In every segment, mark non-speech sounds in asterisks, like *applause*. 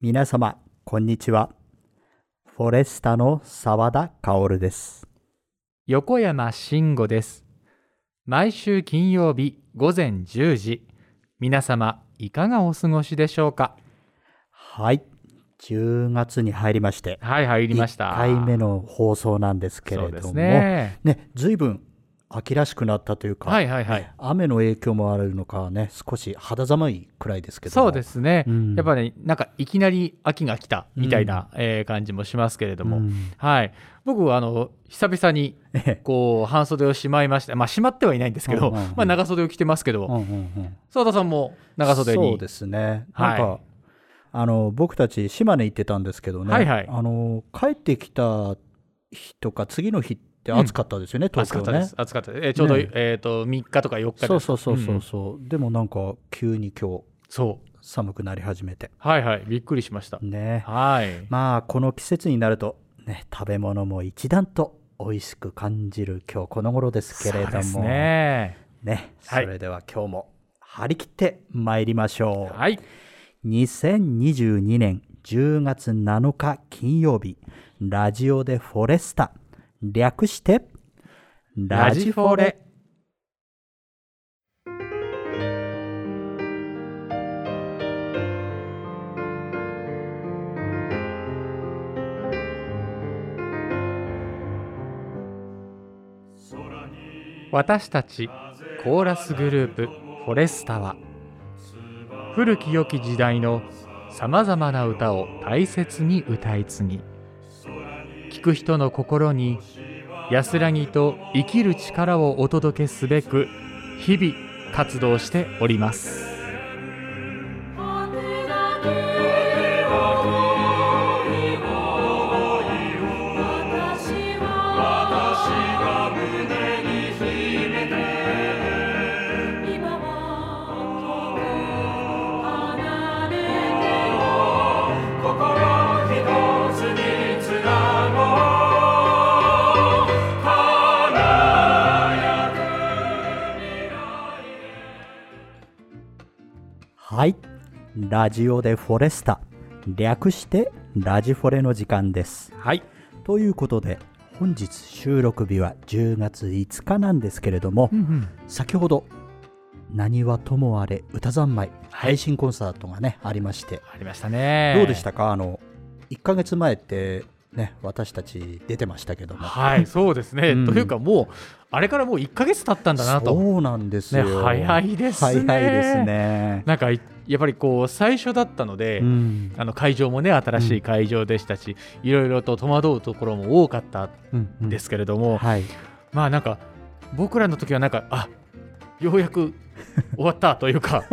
皆様、こんにちは。フォレスタの澤田薫です。横山慎吾です毎週金曜日午前10時皆様いかがお過ごしでしょうかはい。10月に入りまして、はい入りました1回目の放送なんですけれどそうですも、ねね、ずいぶん秋らしくなったというか、はいはいはい雨の影響もあるのかね、少し肌寒いくらいですけどもそうですね、うんやっぱねなんかいきなり秋が来たみたいな、えー感じもしますけれども、うんはい僕あの久々にええこう半袖をしまいましたまあしまってはいないんですけど、うんうんうんまあ、長袖を着てますけどうんうんうん澤、田さんも長袖にそうですね。なはんいか、あの僕たち島根行ってたんですけどね、はいはいあの帰ってきた日とか次の日って暑かったですよね、東暑か京ったね。です暑かったです、えーちょうど、ねえー、と3日とか4日ですそうそうそうそうそう、でもなんか急に今日そう寒くなり始めてはいはい、びっくりしました。ね。はい。まあこの季節になるとね食べ物も一段と美味しく感じる今日この頃ですけれそうどですもね。ねそはいれでは今日も張り切って参りましょう。はい。 2022年10月7日金曜日ラジオでフォレスタ略してラジフォレ。私たちコーラスグループフォレスタは古き良き時代のさまざまな歌を大切に歌い継ぎ聴く人の心に安らぎと生きる力をお届けすべく日々活動しておりますはいラジオでフォレスタ略してラジフォレの時間ですはいということで本日収録日は10月5日なんですけれども、先ほど何はともあれ歌三昧配信コンサートがねありましてありましたねどうでしたかあの1ヶ月前ってね私たち出てましたけどもはいそうですね、うんというかもうあれからもう1ヶ月経ったんだなとそうなんですよ、ね早いですね早いですねなんかいやっぱりこう最初だったので、うんあの会場もね新しい会場でしたし、いろいろと戸惑うところも多かったうんうんんですけれども、はいまあなんか僕らの時はなんかあようやく終わったという *laughs* か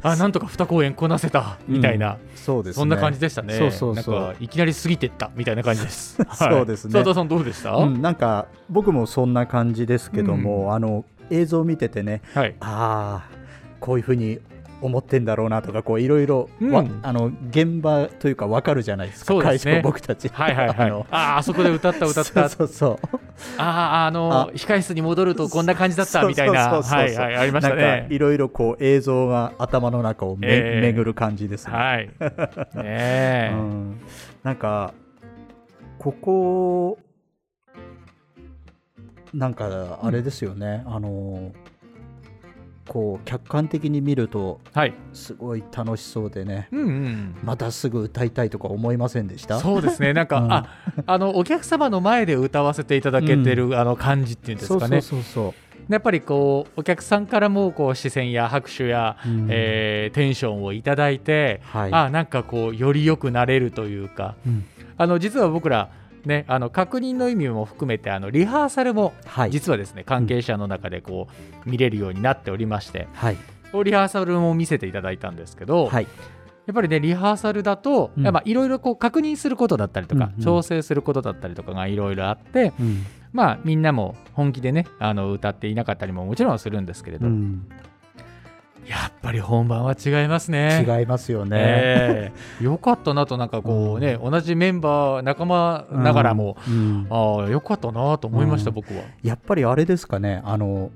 あなんとか2公演こなせたみたいな、そうですねそんな感じでしたねそうそうそうなんかいきなり過ぎてったみたいな感じです *laughs* そうですねはい、佐藤さんどうでした、うん、なんか僕もそんな感じですけども、うあの映像を見ててねはいああこういうふうに思ってんだろうなとかこういろいろわうんあの現場というか分かるじゃないですかそうですね会場僕たちはいはいはいああのああそこで歌った歌ったそうそうそうあああの控室に戻るとこんな感じだったみたいなそうそうはそういそうはいありましたなんねかいろいろこう映像が頭の中をめ、ええ巡る感じですね。はいね *laughs* え、うんなんかここなんかあれですよね、あのこう客観的に見るとはいすごい楽しそうでねうんうんまたすぐ歌いたいとか思いませんでしたそうですね、なんか、うんああのお客様の前で歌わせていただけてる、あの感じっていうんですかね、そうそうやっぱりこうお客さんからもこう視線や拍手や、そう、うんえーテンションをいただいて、はいあなんかこう、より良くなれるというか、うんあの実は僕ら、ね、あの確認の意味も含めて、あのリハーサルもはい実はですね、関係者の中でこう見れるようになっておりまして、はいリハーサルも見せていただいたんですけど、はいやっぱりねリハーサルだと、うんまあいろいろこう確認することだったりとか、うんうん調整することだったりとかがいろいろあって、うんまあみんなも本気でねあの歌っていなかったりももちろんするんですけれど、うんやっぱり本番は違いますね。違いますよね、ええよかったなとなんかこうね、同じメンバー仲間ながらも、うんああよかったなと思いました、うん僕は。やっぱりあれですかねあの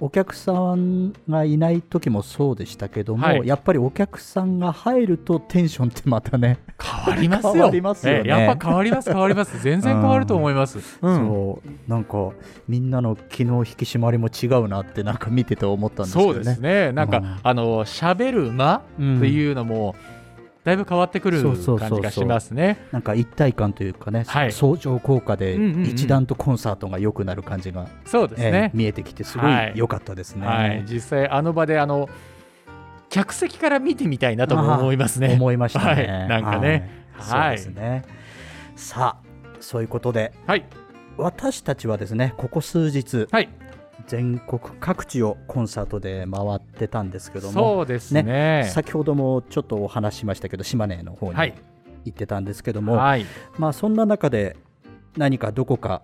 お客さんがいない時もそうでしたけども、はいやっぱりお客さんが入るとテンションってまたね、変わりますよ。変わりますよねええやっぱ変わります、変わりま *laughs* す。全然変わると思います。うん。そうなんかみんなの気の引き締まりも違うなってなんか見てて思ったんですけそどうね。ですね。なんか、うんあの、喋る間うんっていうのも、だいぶ変わってくるそうそうそうそう感じがしますね。なんか一体感というかね、はい相乗効果でうんうんうん一段とコンサートが良くなる感じが、そうですええね。見えてきてすごはいい良かったですね。はい。実際、あの場で、あの、客席から見てみたいなとも思いますね。思いましたね。はいなんかねははいいそうですね。さあそういうことではい。私たちはですねここ数日はい。全国各地をコンサートで回ってたんですけども、そうですね。先ほどもちょっとお話ししましたけど島根の方にはい行。ってたんですけども、はい。まあそんな中で何かどこか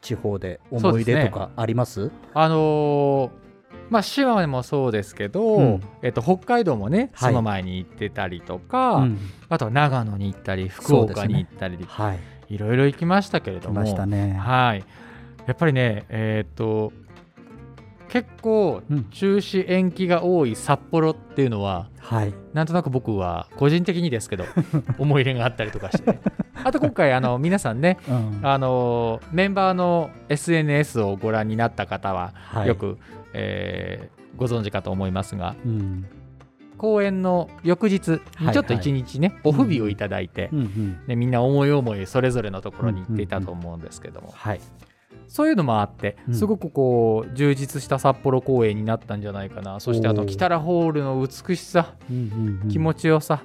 地方で思い出とかありますあのーまあ、島根もそうですけど、うんえっと、北海道もね、はいその前に行ってたりとか、うんあとは長野に行ったり福そうです岡ねに行ったり、はいいろいろ行きましたけれど来もましたねはいやっぱりねえっと結構うん中止延期が多い札幌っていうのははいなんとなく僕は個人的にです *laughs* けど思い入れがあったりとかしてあと今回あの皆さんねうんあのメンバーの SNS をご覧になった方ははいよく、えーご存知かと思いますがうん公演の翌日にちょっと一日ね、オフ日をいただいて、うんうんねみんな思い思いそれぞれのところに行っていたと思うんですけども、はいそういうのもあってうんすごくこう充実した札幌公演になったんじゃないかなそしてあおとー北らホールの美しさうんうんうん気持ちよさ、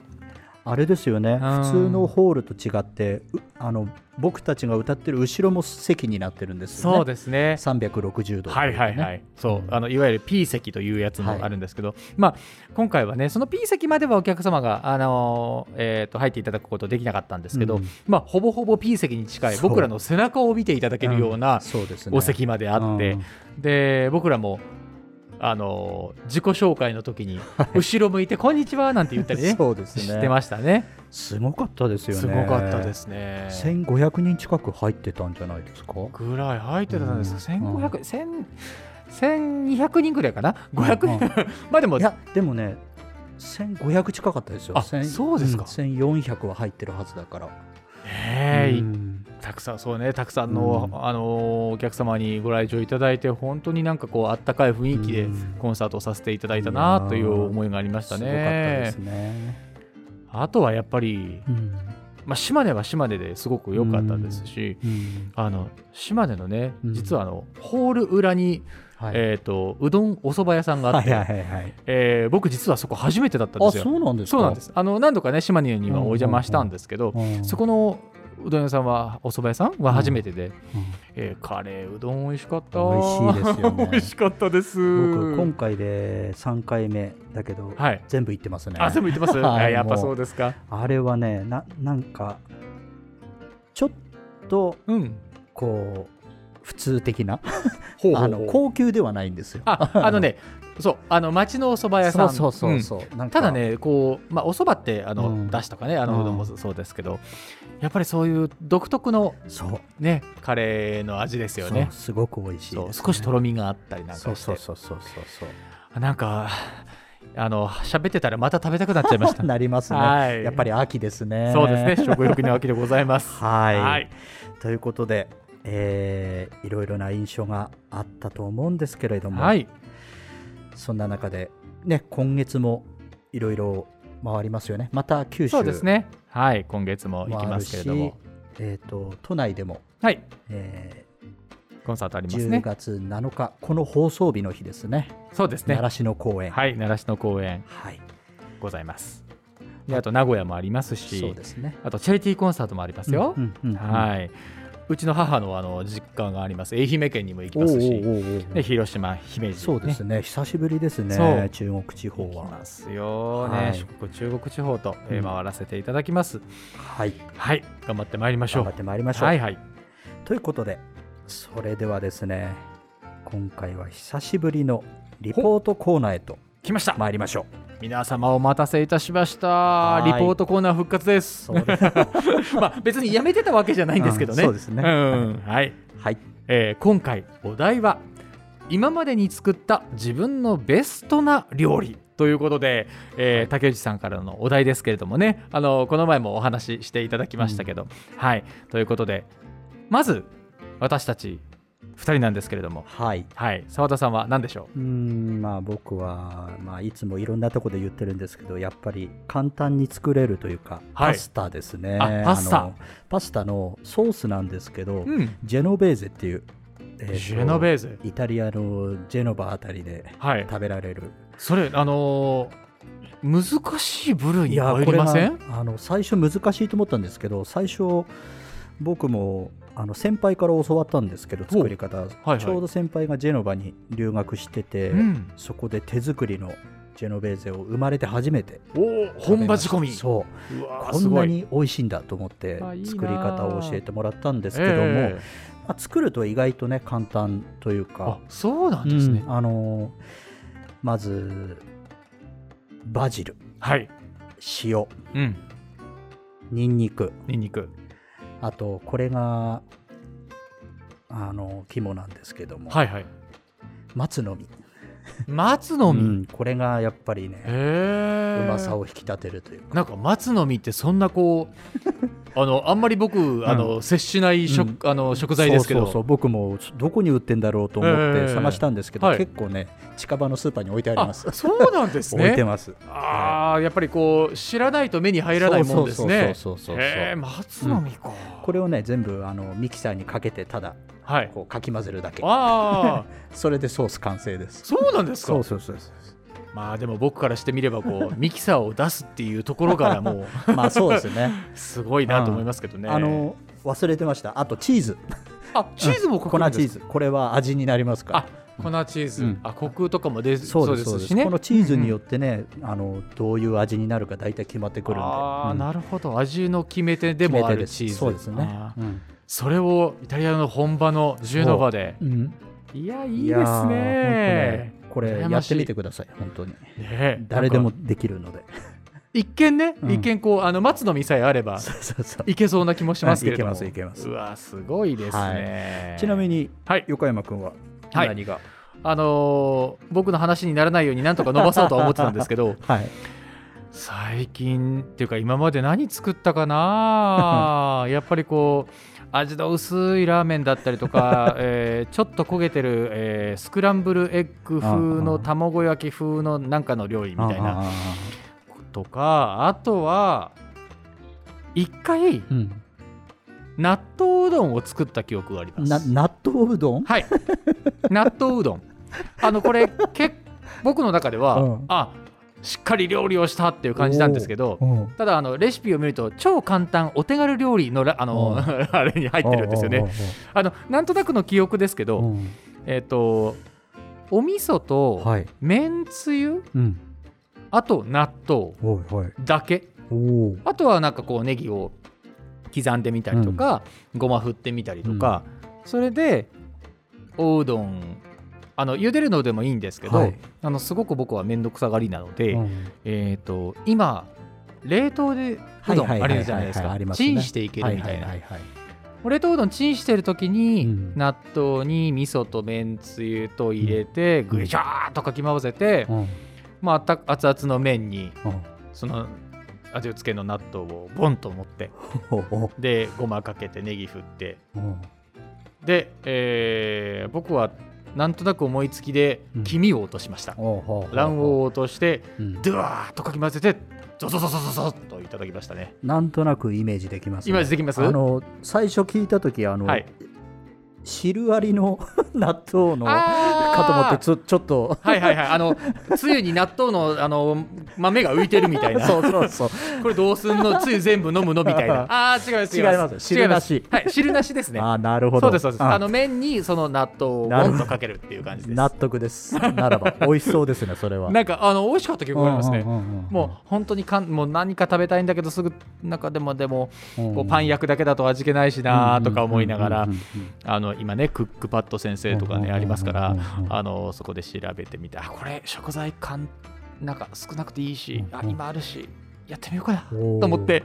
あれですよね普通のホールと違ってうあの僕たちが歌ってる後ろも席になってるんですよねそうですね360度、はいはいはい、そうあのいわゆる P 席というやつもあるんですけど、まあ、今回はねその P 席まではお客様が、あのーえー、と入っていただくことできなかったんですけど、うんまあ、ほぼほぼ P 席に近いそう僕らの背中を見ていただけるようなそうですねお席まであって、うんで僕らも。あのー自己紹介の時 *laughs* に後ろ向いて「こんにちは」なんて言ったりねそうですねしてましたねすごかったですよねすごかったですね1500人近く入ってたんじゃないですかぐらい入ってたんですうん1500 1000 1200人ぐらいかな500人、 *laughs* うまあでもいやでもね1500近かったですよあ1000そうですかん1400は入ってるはずだからねえいうんたくさんそうねたくさんの、うあのーお客様にご来場いただいて本当になんかこうあったかい雰囲気でうんコンサートをさせていただいたなという思いがありましすごたかったね。ですねあとはやっぱり、うんまあ、島根は島根ですごく良かったですし、うんあの島根のねうん実はあのホール裏に、はいえー、とうどんお蕎麦屋さんがあっはいて、はいはいはいえー僕実はそこ初めてだったんであすよ。そうなんですかそうなんですあの何度かね島根にはお邪魔したんですけど、うんそこのうどん屋さんはお蕎麦屋さんは初めてで、うんえーカレーうどん美味しかった美味しいですよね *laughs* 美味しかったです僕今回で3回目だけどはい全部行ってますねあ全部言ってます、はいあやっぱもうそうですかあれはねななんかちょっとうんこう普通的なほあの高級ではないんですよ。 *laughs* ああのねそうあの町のお蕎麦屋さんそうそうそうそう、なんうんかただねこう、まあ、お蕎麦ってあの、うんだしとかねあのうんうどんもそうですけど、やっぱりそういう独特のそうねカレーの味ですよねそうすごく美味しいですそうね、少しとろみがあったりなんかしてそうそうそうそうそうそうあなんかあの喋ってたらまた食べたくなっちゃいましたなります *laughs* ね、はいやっぱり秋ですねそうですね食欲の秋でございますはい、ということで、えーいろいろな印象があったと思うんですけれども、はいそんな中でね今月もいろいろ回りますよねまた九州そうですねはい今月も行きますけれどもえー、と都内でも、はいえコンサートありーます10ね月7日、この放送日の日ですね、そうですね習志野公園。はい奈良市の公園はいございますであと名古屋もありまそすうしですね。あとチャリティーコンサートもありますようんうんうんはいうちの母のあの実家があります愛媛県にも行きおうまおすうしおうおうで広島姫路そうですね久しぶりですそねう、中国地方行きは。ますよね、はい四国中国地方と、えうーん回らせていただきます、はい、はい頑張ってまいりましょ頑う張ってまいりましょう。はいはいということで、それではですね、今回は久しぶりのリポートコーナーへと来ました、参りましょう。 *laughs* 皆様お待たせいたしましたはいリポートコーナー復活ですそうです *laughs* まあ別にやめてたわけじゃないんですけどね、うんそうですねうんはいはい、えー今回お題は今までに作った自分のベストな料理ということで、えー竹内さんからのお題ですけれどもねあのこの前もお話ししていただきましたけど、はいということでまず私たち2人なんですけれどもはい。はい澤田さんは何でしょうーんまあ僕は、まあ、いつもいろんなとこで言ってるんですけどやっぱり簡単に作れるというか、はいパスタですねあパスタのパスタのソースなんですけど、う、うん、ジェノベーゼっていう、えーとジェノベーゼイタリアのジェノバあたりではい食べられるそれあのー難しい部類いにや入こりれませがんあの最初難しいと思ったんですけど最初僕もあの先輩から教わったんですけどほう作り方、はいちょうど先輩がジェノバに留学してて、うん、そこで手作りのジェノベーゼを生まれて初めておー本場仕込みそううわーこすんごないに美味しいんだと思ってあいいなー作り方を教えてもらったんですけども、ええまあ、作ると意外とね簡単というかあそうなんですね、うんあのーまずバジルはい塩うんニンニクニンニクあとこれがあの肝なんですけども、はいはい松の実、松の実、うんこれがやっぱりへねうえまさを引き立てるというかなんか松の実ってそんなこ *laughs* うあのあんまり僕あの、接しない食、あの食材ですけどそうそうそう僕もどこに売ってんだろうと思っええて探したんですけど、はい結構ね近場のスーパーに置いてありあますそうなんです *laughs* 置いてねますああやっぱりこう知らないと目に入らないもんですねそうそうそうそうそうへえ松の実か、これをね全部あのミキサーにかけてただはいこうかき混ぜるだけああそれでソース完成ですそうなんですかそうそうそうそまあでも僕からしてみればこ *laughs* うミキサーを出すっていうところからもうまあそうです *laughs* ねうすごいなと思いますけどね、あの忘れてましたあとチーズあチーズもか粉けるんですチーズこれは味になりますからあ粉チーズ、うんあコクとかも出そうですしねこのチーズによってね、あのどういう味になるか大体決まってくるんでああ、うんなるほど味の決め手でも決あめ手るすチーズそうですねあー、それをイタリアの本場のジェノバでうんいやいいいやーでほすんとねこれ羨やまっしいてみてください本当にねえ誰でなもんかできるので一見ね、うん一見こうあの松の実さえあれ *laughs* ばそうそうそういけそうな気もしますけれども、はいいけますいけますうわすごいですね、ちなみにはい横山君ははい何があのー僕の話にならないようになんとか伸ばそうとは思ってたんですけ *laughs* どはい最近っていうか今まで何作ったか *laughs* なやっぱりこう味の薄いラーメンだったりと *laughs* か、えーちょっと焦げてる、えースクランブルエッグ風あのあ卵焼き風のなんかの料理みたいなあとかあとは一回ーうん納豆うどんを作った記憶がありますな納豆うどんはい納豆うどんあのこれけ僕の中では、うんあしっかり料理をしたっていう感じなんですけどうんただあのレシピを見ると超簡単お手軽料理のらあのうあれに入ってるんですよね。あのなんとなくの記憶ですけおうおうおうど、うんえっ、とお味噌とはいめんつゆうんあと納豆おいはいだけおおあとはなんかこうネギを刻んでみたりとか、ごま振ってみたりとか、それでおうどんあの茹でるのでもいいんですけど、はいあのすごく僕は面倒くさがりなので、うんえー、と今冷凍でうどんはいはいはいはいあはいれじゃないですかありますねチンしていけるみたはいいな、はいはいはい冷凍うどんチンしてる時に、うん納豆に味噌とめんつゆと入れて、うんぐちゃーっとかき混ぜて、うんまああた熱々の麺にうんその味付けの納豆をボンと持っておうおうでごまかけてネギ振ってうんで、えー僕はなんとなく思いつきでうん黄身を落としました、おうおうおう卵黄を落としてうんドゥワーッとかき混ぜてゾゾゾゾゾゾッといただきましたねなんとなくイメージできます、イメージできますあの最初聞いた時あの、はい汁ありの *laughs* 納豆のかと思ってあーちょちょっとはいはいはいあ *laughs* のつゆに納豆のあの豆が浮いてるみたいなそうそうそうこれどうすんのつゆ全部飲むのみたいな *laughs* あー違います違います汁なし違いますはい汁なしですねあーなるほどそうですそうですああの麺にその納豆をなるボほンどとかけるっていう感じです納得ですならば美味しそうですねそれはなんかあの美味しかった記憶がありますねももう本当にかんもう何か食べたいんだけどすぐ中でもでもうんこうパン焼くだけだと味気ないしなーとか思いながらうんうんうんうんあの今ねクックパッド先生とうんうんうかんうねんありますからうんうんあのそこで調べてみてあこれ食材感なんか少なくていいしあうんうん今あるしやってみようかなおーと思って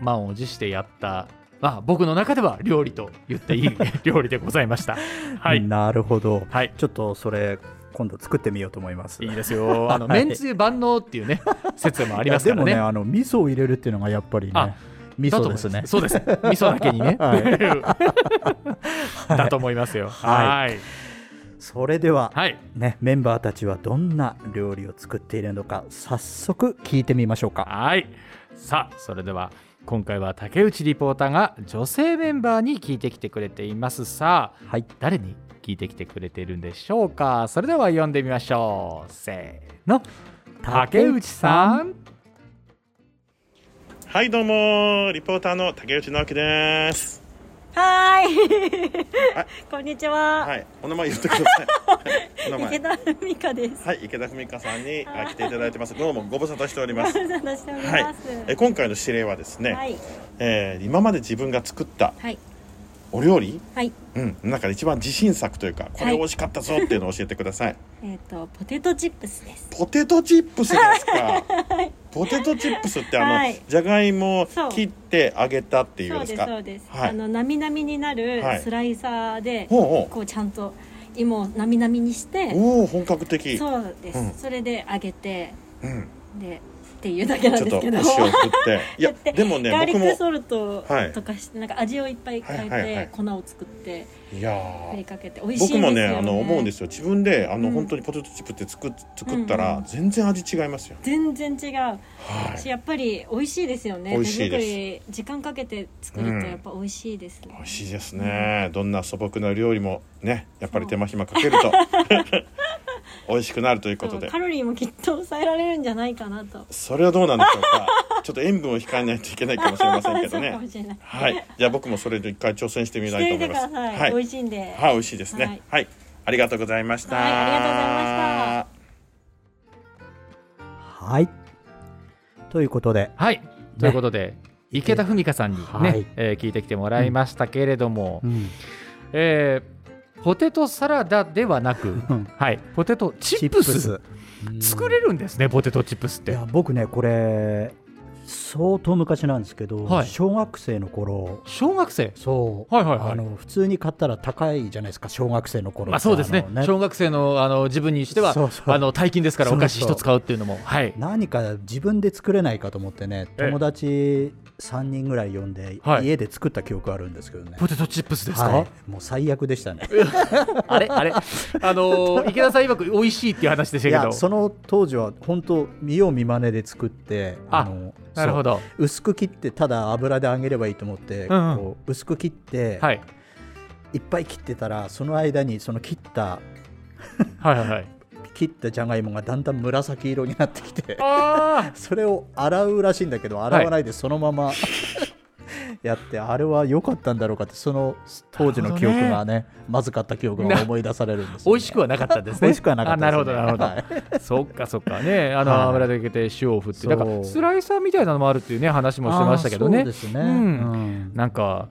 満を持してやったまあ、僕の中では料理と言っ *laughs* ていい料理でございました。はい。なるほど。はい。ちょっとそれ、今度作ってみようと思います。いいですよ。あの、はいめんつゆ万能っていうね、説もありますからいやでもねね、。あの味噌を入れるっていうのがやっぱりあね、味だ噌と思でいますね。そうです。味噌だけ *laughs* にね。は *laughs* だと思いますよ。ははい。それでは、はい。ね、メンバーたちはどんな料理を作っているのか、早速聞いてみましょうか。はい。さあ、それでは今回は竹内リポーターが女性メンバーに聞いてきてくれています。さあ、はい、誰に聞いてきてくれているんでしょうか。それでは読んでみましょう。せーの。竹内さん。はいどうもリポーターの竹内直樹ですははいーい。 *laughs* こんにちは。はいお名前言ってくださいお名池前 *laughs* 田美香です。はい池田文香さんにあ来ていただいてますどうもご無沙汰しておりごま無す沙汰しておりはいまえす。今回の指令はですね、はい。えー今まで自分が作ったはい。お料理はい。うんなんか一番自信作というかこれ美味しかったぞっていうのを教えてください、えっと、ポテトチップスです。ポテトチップスですかポテトチップスってあの、はいじゃがいもをそう切って揚げたっていうそんでうですす。かそうです。はいあの、なみなみになるはいスライサーで、ほうほうこうちゃんと芋をなみなみにして。おお本格的そううでんす。それで揚げて、うんで、っていうだけなんちょっでとすお塩けど。を振って *laughs* いやだってでもねガーリ僕ックもソルトはいとかして、なんか味をいっぱい変はいはいはえいて、粉を作って、いや振りーかけて、美味しいです僕よね。もねあの思うんですよ自分であの、うん本当にポテトチップって作っ作ったうんらうん全然味違いますよ、全然違う。はいしやっぱり美味しいですよね美味しいです手作り時間かけて作るとやっぱ美味しいです、ね美味しいですね、どんな素朴な料理もねやっぱり手間暇かけると *laughs* 美味しくなるということそうでカロリーもきっと抑えられるんじゃないかなとそれはどうなんでしょうかちょっと塩分を控えないといけないかもしれませんけど *laughs* そうかもねしれないはいじゃあ僕もそれで一回挑戦してみしてたいとみ思いてくますださい、はい、美味しいんではい、美味しいですねははいい、ありがとうございました、はいありがとうございましたはい。ということで、はい。ということで。池田文香さんにね、はいえー聞いてきてもらいましたけれども、うんえーポテトサラダではなく、うんはい、ポテトチップスうん作れるんですね、ポテトチップスっいてや僕ねこれ相当昔なんですけど、はい小学生の頃小学生そう、はいはいはいあの普通に買ったら高いじゃないですか小学生の頃ってまあそうですねあの小学生のあの自分にしてはそうそうあの大金ですからそおうそう菓子一つ買うっていうのもはい何か自分で作れないかと思ってねええ友達3人ぐらい呼んで、はい家で作った記憶あるんですけどねポテトチップスですか、はいもう最悪でしたねあれあれあ *laughs* のー池田さん曰く美味しいっていう話でしいたけどやその当時は本当見よう見まねで作ってあのなるほどど薄く切ってただ油で揚げればいいと思って、うんうんこう薄く切って、、はいいっぱい切ってたらその間にその切ったはいはいはい切ったじゃがいもがだんだん紫色になってき *laughs* てあそれを洗うらしいんだけど洗わないでそのまま、 *laughs* やってあれは良かったんだろうかってその当時の記憶がねまずかった記憶が思い出されるんですよー美ね、味しくはなかったですね美味しくはなかったですねあなるほどなるほど、そっかそっかねあの、はい油で揚げて塩を振ってそうなんかスライサーみたいなのもあるっていうね話もしてましたけどあねーそうですね、うんうんなんか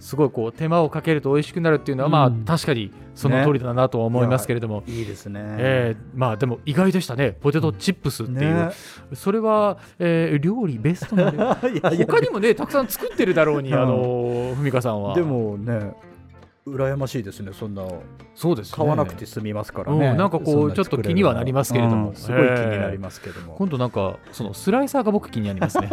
すごいこう手間をかけると美味しくなるっていうのは、まあうん確かにその通りだなとは思いますけれども、いいですね、えーまあでも意外でしたねポテトチップスっていう、ねそれは、えー料理ベストな料理い *laughs* やいや他にもねたくさん作ってるだろうに、うんあのふみかさんはでもね羨ましいですねそんなそうです、ね、買わなくて済みますからね、うんなんかこうそなちょっと気にはなりますけれどもうんすごい気になりますけども、今度なんかそのスライサーが僕気にな *laughs* りますね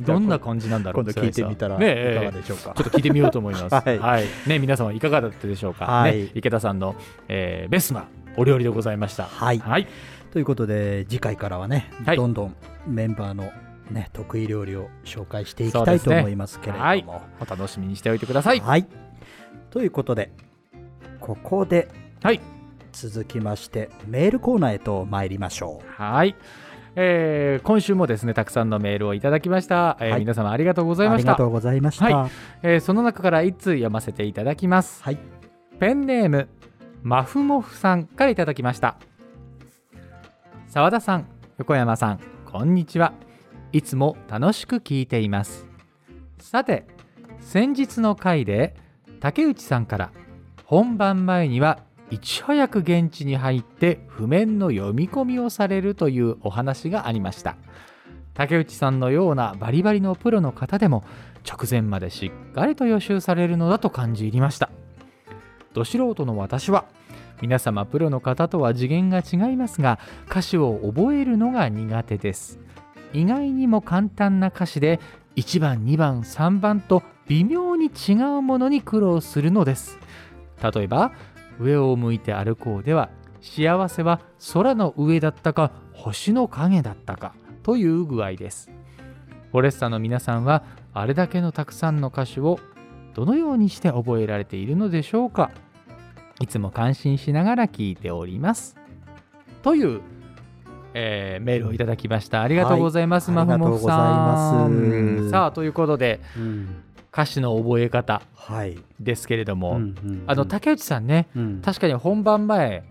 *laughs* どんな感じなんだろう今度聞いてみたらスライサーいねかえがでしょうか、ちょっと聞いてみようと思い *laughs* ます。は、はいいね、皆様いかがだったでしょうか。はいね、池田さんの、えーベストなお料理でございました。はいはい、ということで次回からはね、はいどんどんメンバーの、ね、得意料理を紹介していきそたうでいすとね思いますけれども、はいお楽しみにしておいてください。はいということでここではい、続きましてメールコーナーへと参りましょうはい。えー今週もですねたくさんのメールをいただきました、えーはい皆様ありがとうございあまりしたがとうございましたはえーその中から一通読ませていただきますはいペンネームマフモフさんからいただきました澤田さん横山さんこんにちはいつも楽しく聞いていますさて先日の回で竹内さんから本番前にはいち早く現地に入って譜面の読み込みをされるというお話がありました竹内さんのようなバリバリのプロの方でも直前までしっかりと予習されるのだと感じ入りましたど素人の私は皆様プロの方とは次元が違いますが歌詞を覚えるのが苦手です意外にも簡単な歌詞で1番2番3番と微妙に違うものに苦労するのです例えば「上を向いて歩こう」では「幸せは空の上だったか星の影だったか」という具合ですフォレスタの皆さんはあれだけのたくさんの歌詞をどのようにして覚えられているのでしょうかいつも感心しながら聞いておりますという、えーメールをいただきましたありがとうございます、はいまふもふさありがとうございまんすさあということでうん歌詞の覚え方はい。ですけれども、うんうんうんあの竹内さんねうん確かに本番前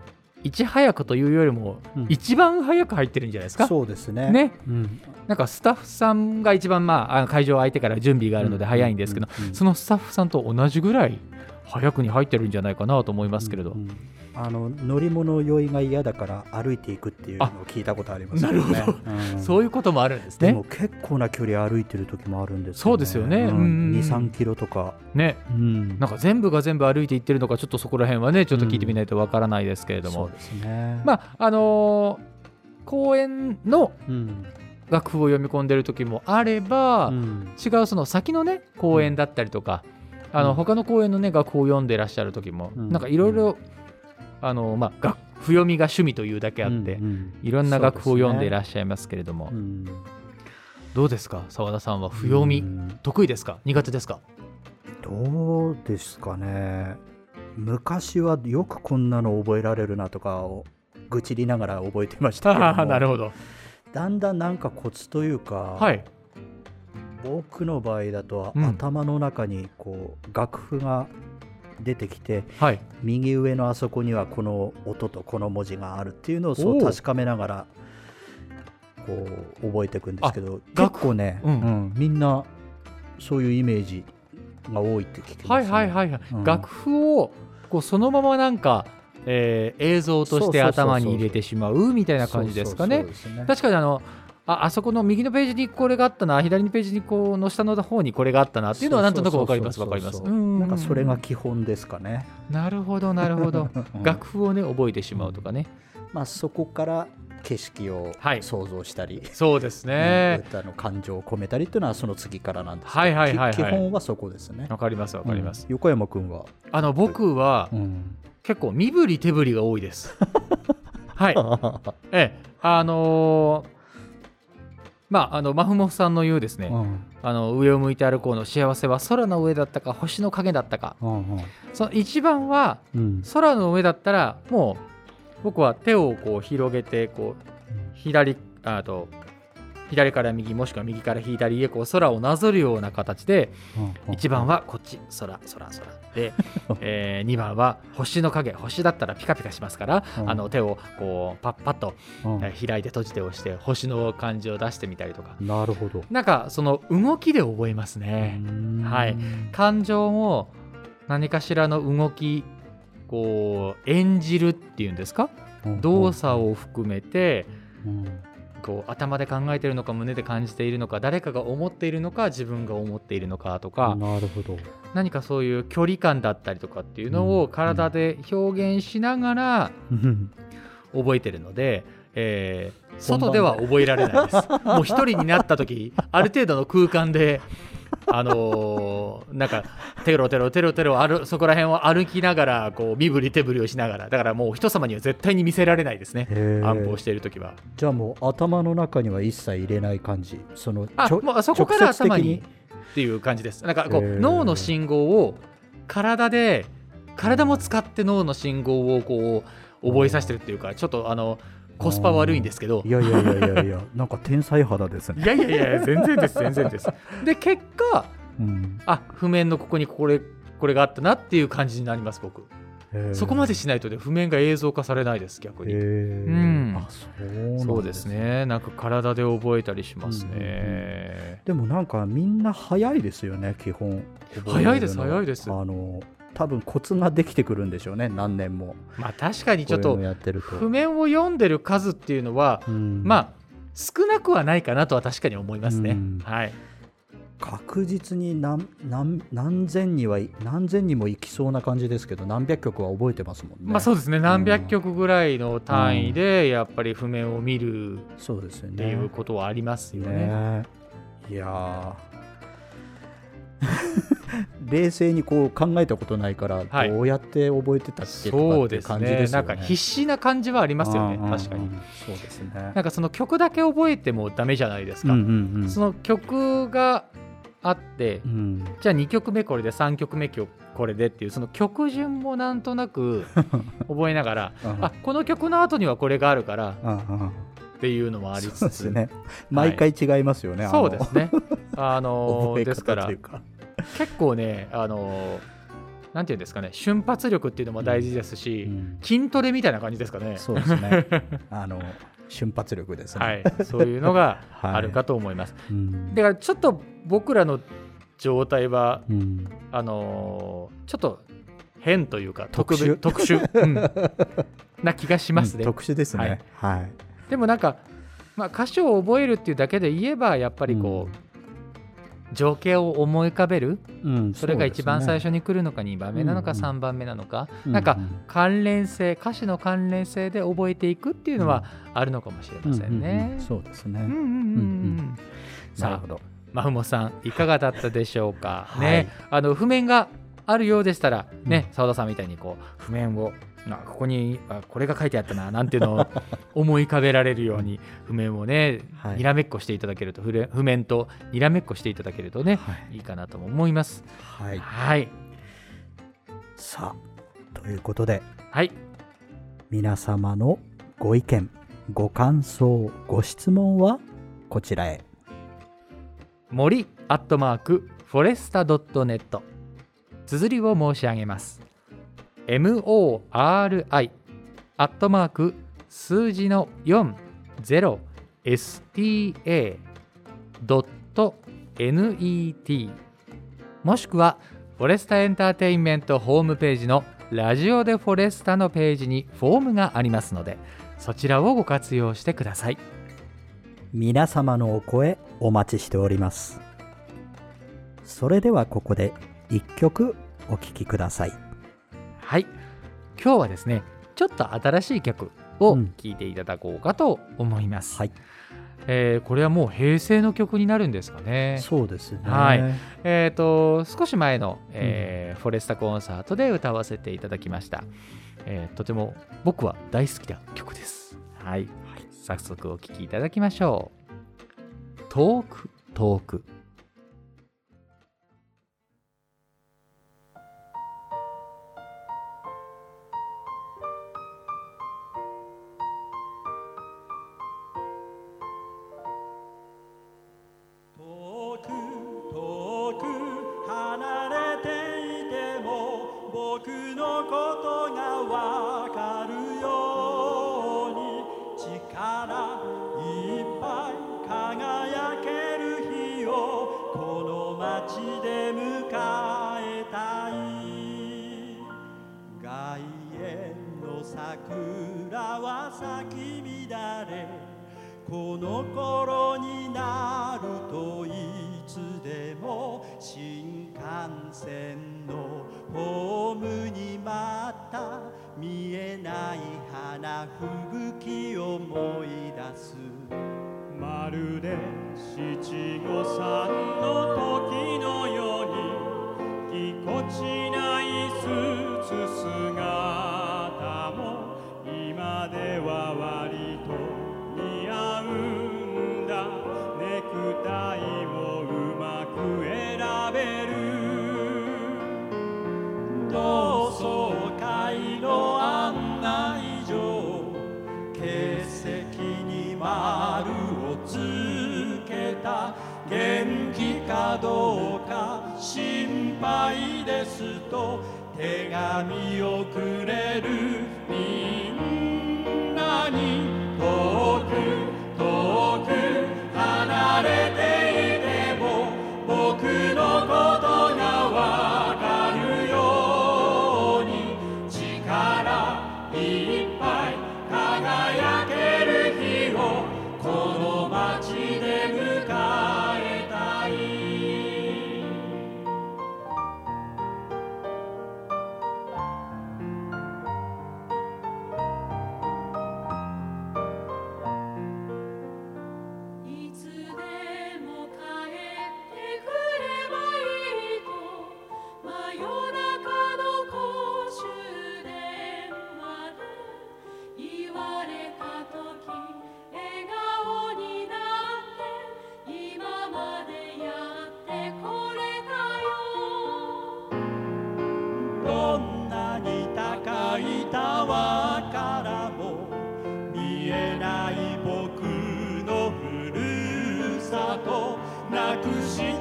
いち早くというよりもうん一番早く入ってるんじゃないですか、そうですね。ねうん。なんかスタッフさんが一番、まああの、会場相手から準備があるので早いんですけど、うんうんうんそのスタッフさんと同じぐらい早くに入ってるんじゃないかなと思いますけれど、うんあの乗り物酔いが嫌だから歩いていくっていうのを聞いたことありますけどね。なるほうんそういうこともあるんですでねも。結構な距離歩いてる時もあるんですよねそうですよねううんうんうんん、2、3キロとか。ねうんなんか全部が全部歩いていってるのかちょっとそこら辺はねちょっと聞いてみないとわからないですけれども、そうですね。あ、まああのー公演のうん。楽譜を読み込んでる時もあれば、うん違うその先のね公演だったりとか、あうのん他の公演のね楽譜を読んでらっしゃる時も、うんなんかいろいろあのまあ楽譜読みが趣味というだけあって、うんうんいろんな楽譜を読んでいらっしっしゃいますけれども、ゃうんどうですか澤田さんは譜読み、うん得意ですか苦手ですかどうですかね昔はよくこんなの覚えられるなとかを愚痴りながら覚えてましたけ *laughs* どもほどだんだんなんかコツというか、はい僕の場合だと、うん頭の中にこう楽譜が出てきてはい右上のあそこにはこの音とこの文字があるっていうのをおそうう確かめながらこう覚えていくんですけど結楽構ね、うんうんみんなそういうイメージが多いって聞きはまいす、ね、はいはいはい、うん楽譜をこうそのままなんか、えー映像として頭に入れてしまうみたいな感じですかねそうそうそうですね確かにあのああそこの右のページにこれがあったな左のページにこうの下の方にこれがあったなっていうのはなんとなくわかりますそうわそかうりそうますそううううなんかそれが基本ですかね、なるほどなるほど *laughs* うん楽譜をね覚えてしまうとかねまあ、そこから景色をはい想像したり、そうですうん歌の感情を込めたりっていうのはその次からなんですけど、はいはいはいき基はい本はそこですね。わかりますわかります、うん横山君は、あの僕は結構身振り手振りが多いです *laughs* はいええあのーまああのマフモフさんの言うですね、あの上を向いて歩こうの幸せは空の上だったか星の影だったかその一番は空の上だったらもう僕は手をこう広げてこう左あと左から右もしくは右から左へこう空をなぞるような形で1番ははこっち空空空 *laughs* で、え2番は星の影星だったらピカピカしますから、うんあの手をこうパッパッとえー開いて閉じて押して星の感じを出してみたりとかなるほど。なんかその動きで覚えますね。はい感情も何かしらの動きこう演じるっていうんですか動作を含めてこう頭で考えているのか胸で感じているのか誰かが思っているのか自分が思っているのかとがかなるほど。何かそういう距離感だったりとかっていうのを体で表現しながら覚えてるので。えー外では覚えられないです。 *laughs* もう一人になった時、ある程度の空間で、あのーなんかテロテロテロテロあるそこら辺を歩きながらこう身振り手振りをしながら、だからもう人様には絶対に見せられないですね。へー暗報している時は。じゃあもう頭の中には一切入れない感じ。そのあちょもうあそこから直接的頭にっていう感じです。なんかこうへー脳の信号を体で体も使って脳の信号をこう覚えさせてるっていうか、ちょっとあのコスパ悪いんですけどい。やいやいやいやいや、なんか天才肌ですね。いやいやいや全然です全然です。で結果うんあ譜面のここにこれこれがあったなっていう感じになります僕。そこまでへしないとで譜面が映像化されないです逆に。ーうんあ、そうなんですねそうですね。なんか体で覚えたりしますね。でもなんかみんな早いですよね基本早いです早いですあの多分コツができてくるんでしょうね何年もまあ確かにちょっことういうのやってると譜面を読んでる数っていうのは、うんまあ少なくはないかなとは確かに思いますねうん。はい。確実に何何何千にはい何千にもいきそうな感じですけど何百曲は覚えてますもんね。まあそううですね。何百曲ぐらいの単位でやっぱり譜面を見るっそうですよてね。いうことはありますよね。ねいやー *laughs* 冷静にこう考えたことないからはいどうやって覚えてたっけとかそっうていでうす感じねですなよね。んか必死な感じはありますようねんうんうん確かに。そうですねなんかその曲だけ覚えてもダメじゃないですうんか、うんうんその曲があって、うんじゃあ2曲目これで3曲目今日これでっていうその曲順もなんと *laughs* なく覚えながらうんあこの曲の後にはこれがあるからうんうんっていうのもありつそうでつすね毎回違いますよね、あのそうですねあの覚えですか方らというか結構ねあのなんていうんですかね瞬発力っていうのも大事ですし、うん筋トレみたいな感じですかね。そうですね *laughs* あの瞬発力ですね、はい、そういうのがはいあるかと思います。うんだからちょっと僕らの状態はうんあのーちょっと変というか特特殊殊特殊、うんな気がしますね。うん特殊ですねはい、でもなんか、まあ、歌詞を覚えるっていうだけで言えばやっぱりこう、情景を思い浮かべるうんそれが一番最に初に来るのか2番目なのかうんうん3番目なのか、なんか関連性歌詞の関連性で覚えていくっていうのはあるのかもしれませんね。うんうんうんそうですね、うんうんうんうんなるさほあどマフモさんいかがだったでしょうか、はいねあの譜面があるようでしたらね澤、田さんみたいにこう譜面をなここにあこれが書いてあったななんていう *laughs* のを思い浮かべられるように譜面をね、はいにらめっこしていただけると譜れ譜面とにらめっこしていただけるとねはい、いいかなとも思います。はい、はい、さあということではい、皆様のご意見ご感想ご質問はこちらへ森アットマークフォレスタドットネット綴りを申し上げます MORI アットマーク数字の 40sta.net もしくはフォレスタエンターテインメントホームページのラジオでフォレスタのページにフォームがありますのでそちらをご活用してください皆様のお声お待ちしておりますそれではここで一曲お聴きくださいはい今日はですねちょっと新しい曲をうん聴いていただこうかと思います、はいえーこれはもう平成の曲になるんですかねそうですねはいえー、と少し前の、えーフォレスタコンサートで歌わせていただきました、えーとても僕は大好きな曲ですはい、早速お聴きいただきましょう遠く遠く遠く遠く離れていても僕のことがわかるように力いっぱい輝ける日をこの街で迎えたい外苑の桜は咲き乱れこの頃になるといつでも新幹線のホームにまた見えない花吹雪を思い出すまるで七五三の時のようにぎこちないスーツ姿も今では割と似合うんだネクタイもうまく選べる同窓会の案内状欠席に丸をつけた元気かどうか心配ですと手紙をくれるみんなに遠く遠く離れていても僕のことがわかるように力いっぱい輝ける日をこの街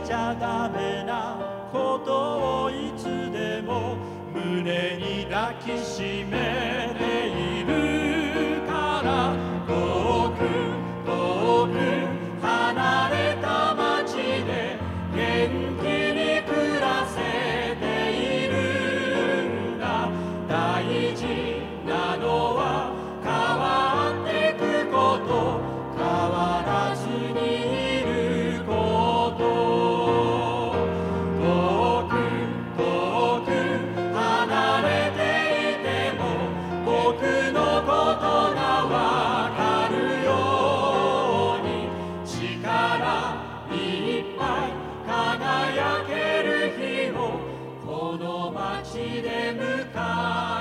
ちゃダメなことをいつでも胸に抱きしめているから遠く遠く離れた街で元気に暮らせているんだ大事なのは変わってくこと変わらずにいること遠く遠く離れていても僕のことがわかるように力いっぱい輝ける日をこの街で迎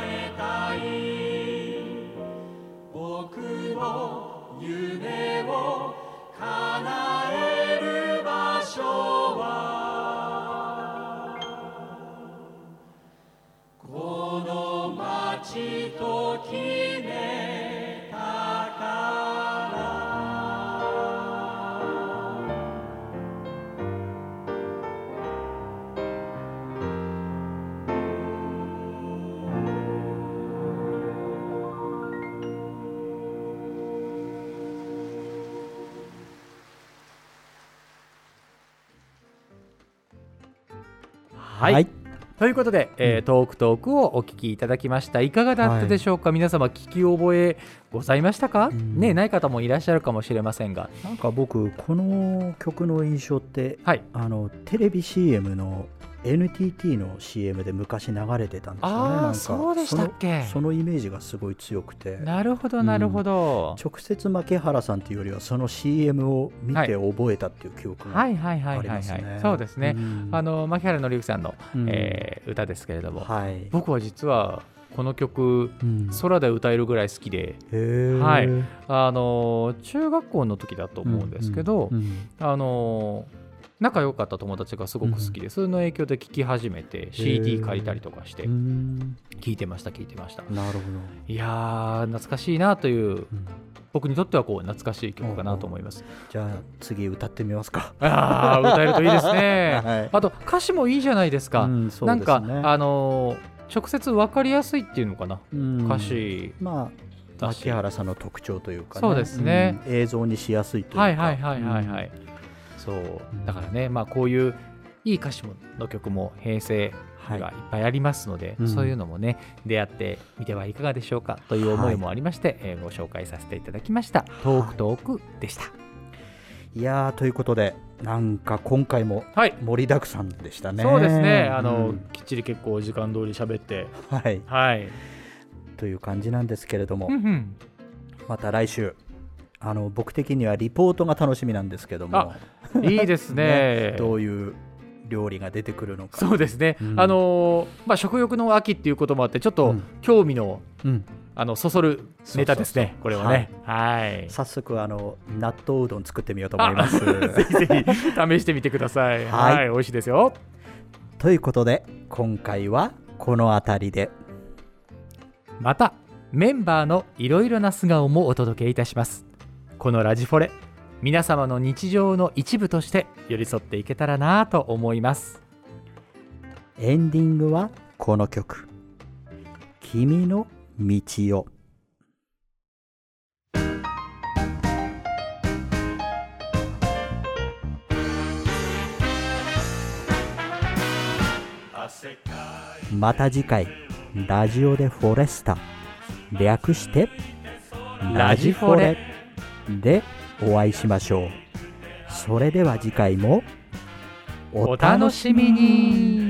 えたい僕の夢を叶える場所はこの街と決めたからはい、ということで、えートークトークをお聞きいただきましたいかがだったでしょうか、皆様聞き覚えございましたか、うんねない方もいらっしゃるかもしれませんがなんか僕この曲の印象って、はいあのテレビ CM の NTT の CM で昔流れてたんですよねあなんあかそうでしたっけそのそのイメージがすごい強くてなるほどなるほど、直接牧原さんっていうよりはその CM を見て覚えたっていう記憶がはありいはいはいはいはまい、すねそうですね、んあの牧原紀之さんの、うんえー歌ですけれども、はい僕は実はこの曲うん空で歌えるぐらい好きで、へーはいあのー中学校の時だと思うんですけど、うんうんあのー仲良かった友達がすごく好きで、それの影響で聴き始めて CD 借りたりとかしてうん聴いてました聴いてましたなるほどいやー懐かしいなといううん僕にとってはこう懐かしい曲かなと思いますじゃあ次歌ってみますかあー歌えるといいです *laughs* ね、はいあと歌詞もいいじゃないですか、うんそうなんですか、ねあのー直接分かりやすいっていうのかなうん歌詞まあだし牧原さんの特徴というか、ね、そうですねうん映像にしやすいというかはいはいはいはいはい、そううんだからねまあこういういい歌詞もの曲も平成はがいいっぱいありますので、うんそういうのもね出会ってみてはいかがでしょうかという思いもありまして、えーご紹介させていただきました「トークトーク」でした。いやーということでなんか今回もはい盛りだくさんでしたねそうですねあの、うんきっちり結構時間通り喋ってはいはい、という感じなんですけれども、うんうんまた来週あの僕的にはリポートが楽しみなんですけどもあいいですねどういう料理が出てくるのかそうですね、うんあのーまあ、食欲の秋っていうこともあってちょっうとん興味の,、うんあのそそるネタですねそうそうそうこれはねはい早速あの納豆うどん作ってみようと思います *laughs* ぜひ試してみてくださいはいはい、美味しいですよ *laughs* ということで今回はこの辺りでまたメンバーのいろいろな素顔もお届けいたしますこのラジフォレ皆様の日常の一部として寄り添っていけたらなぁと思いますエンディングはこの曲「君の道を」また次回ラジオでフォレスタ略してラジフォレでお会いしましょうそれでは次回もお楽しみに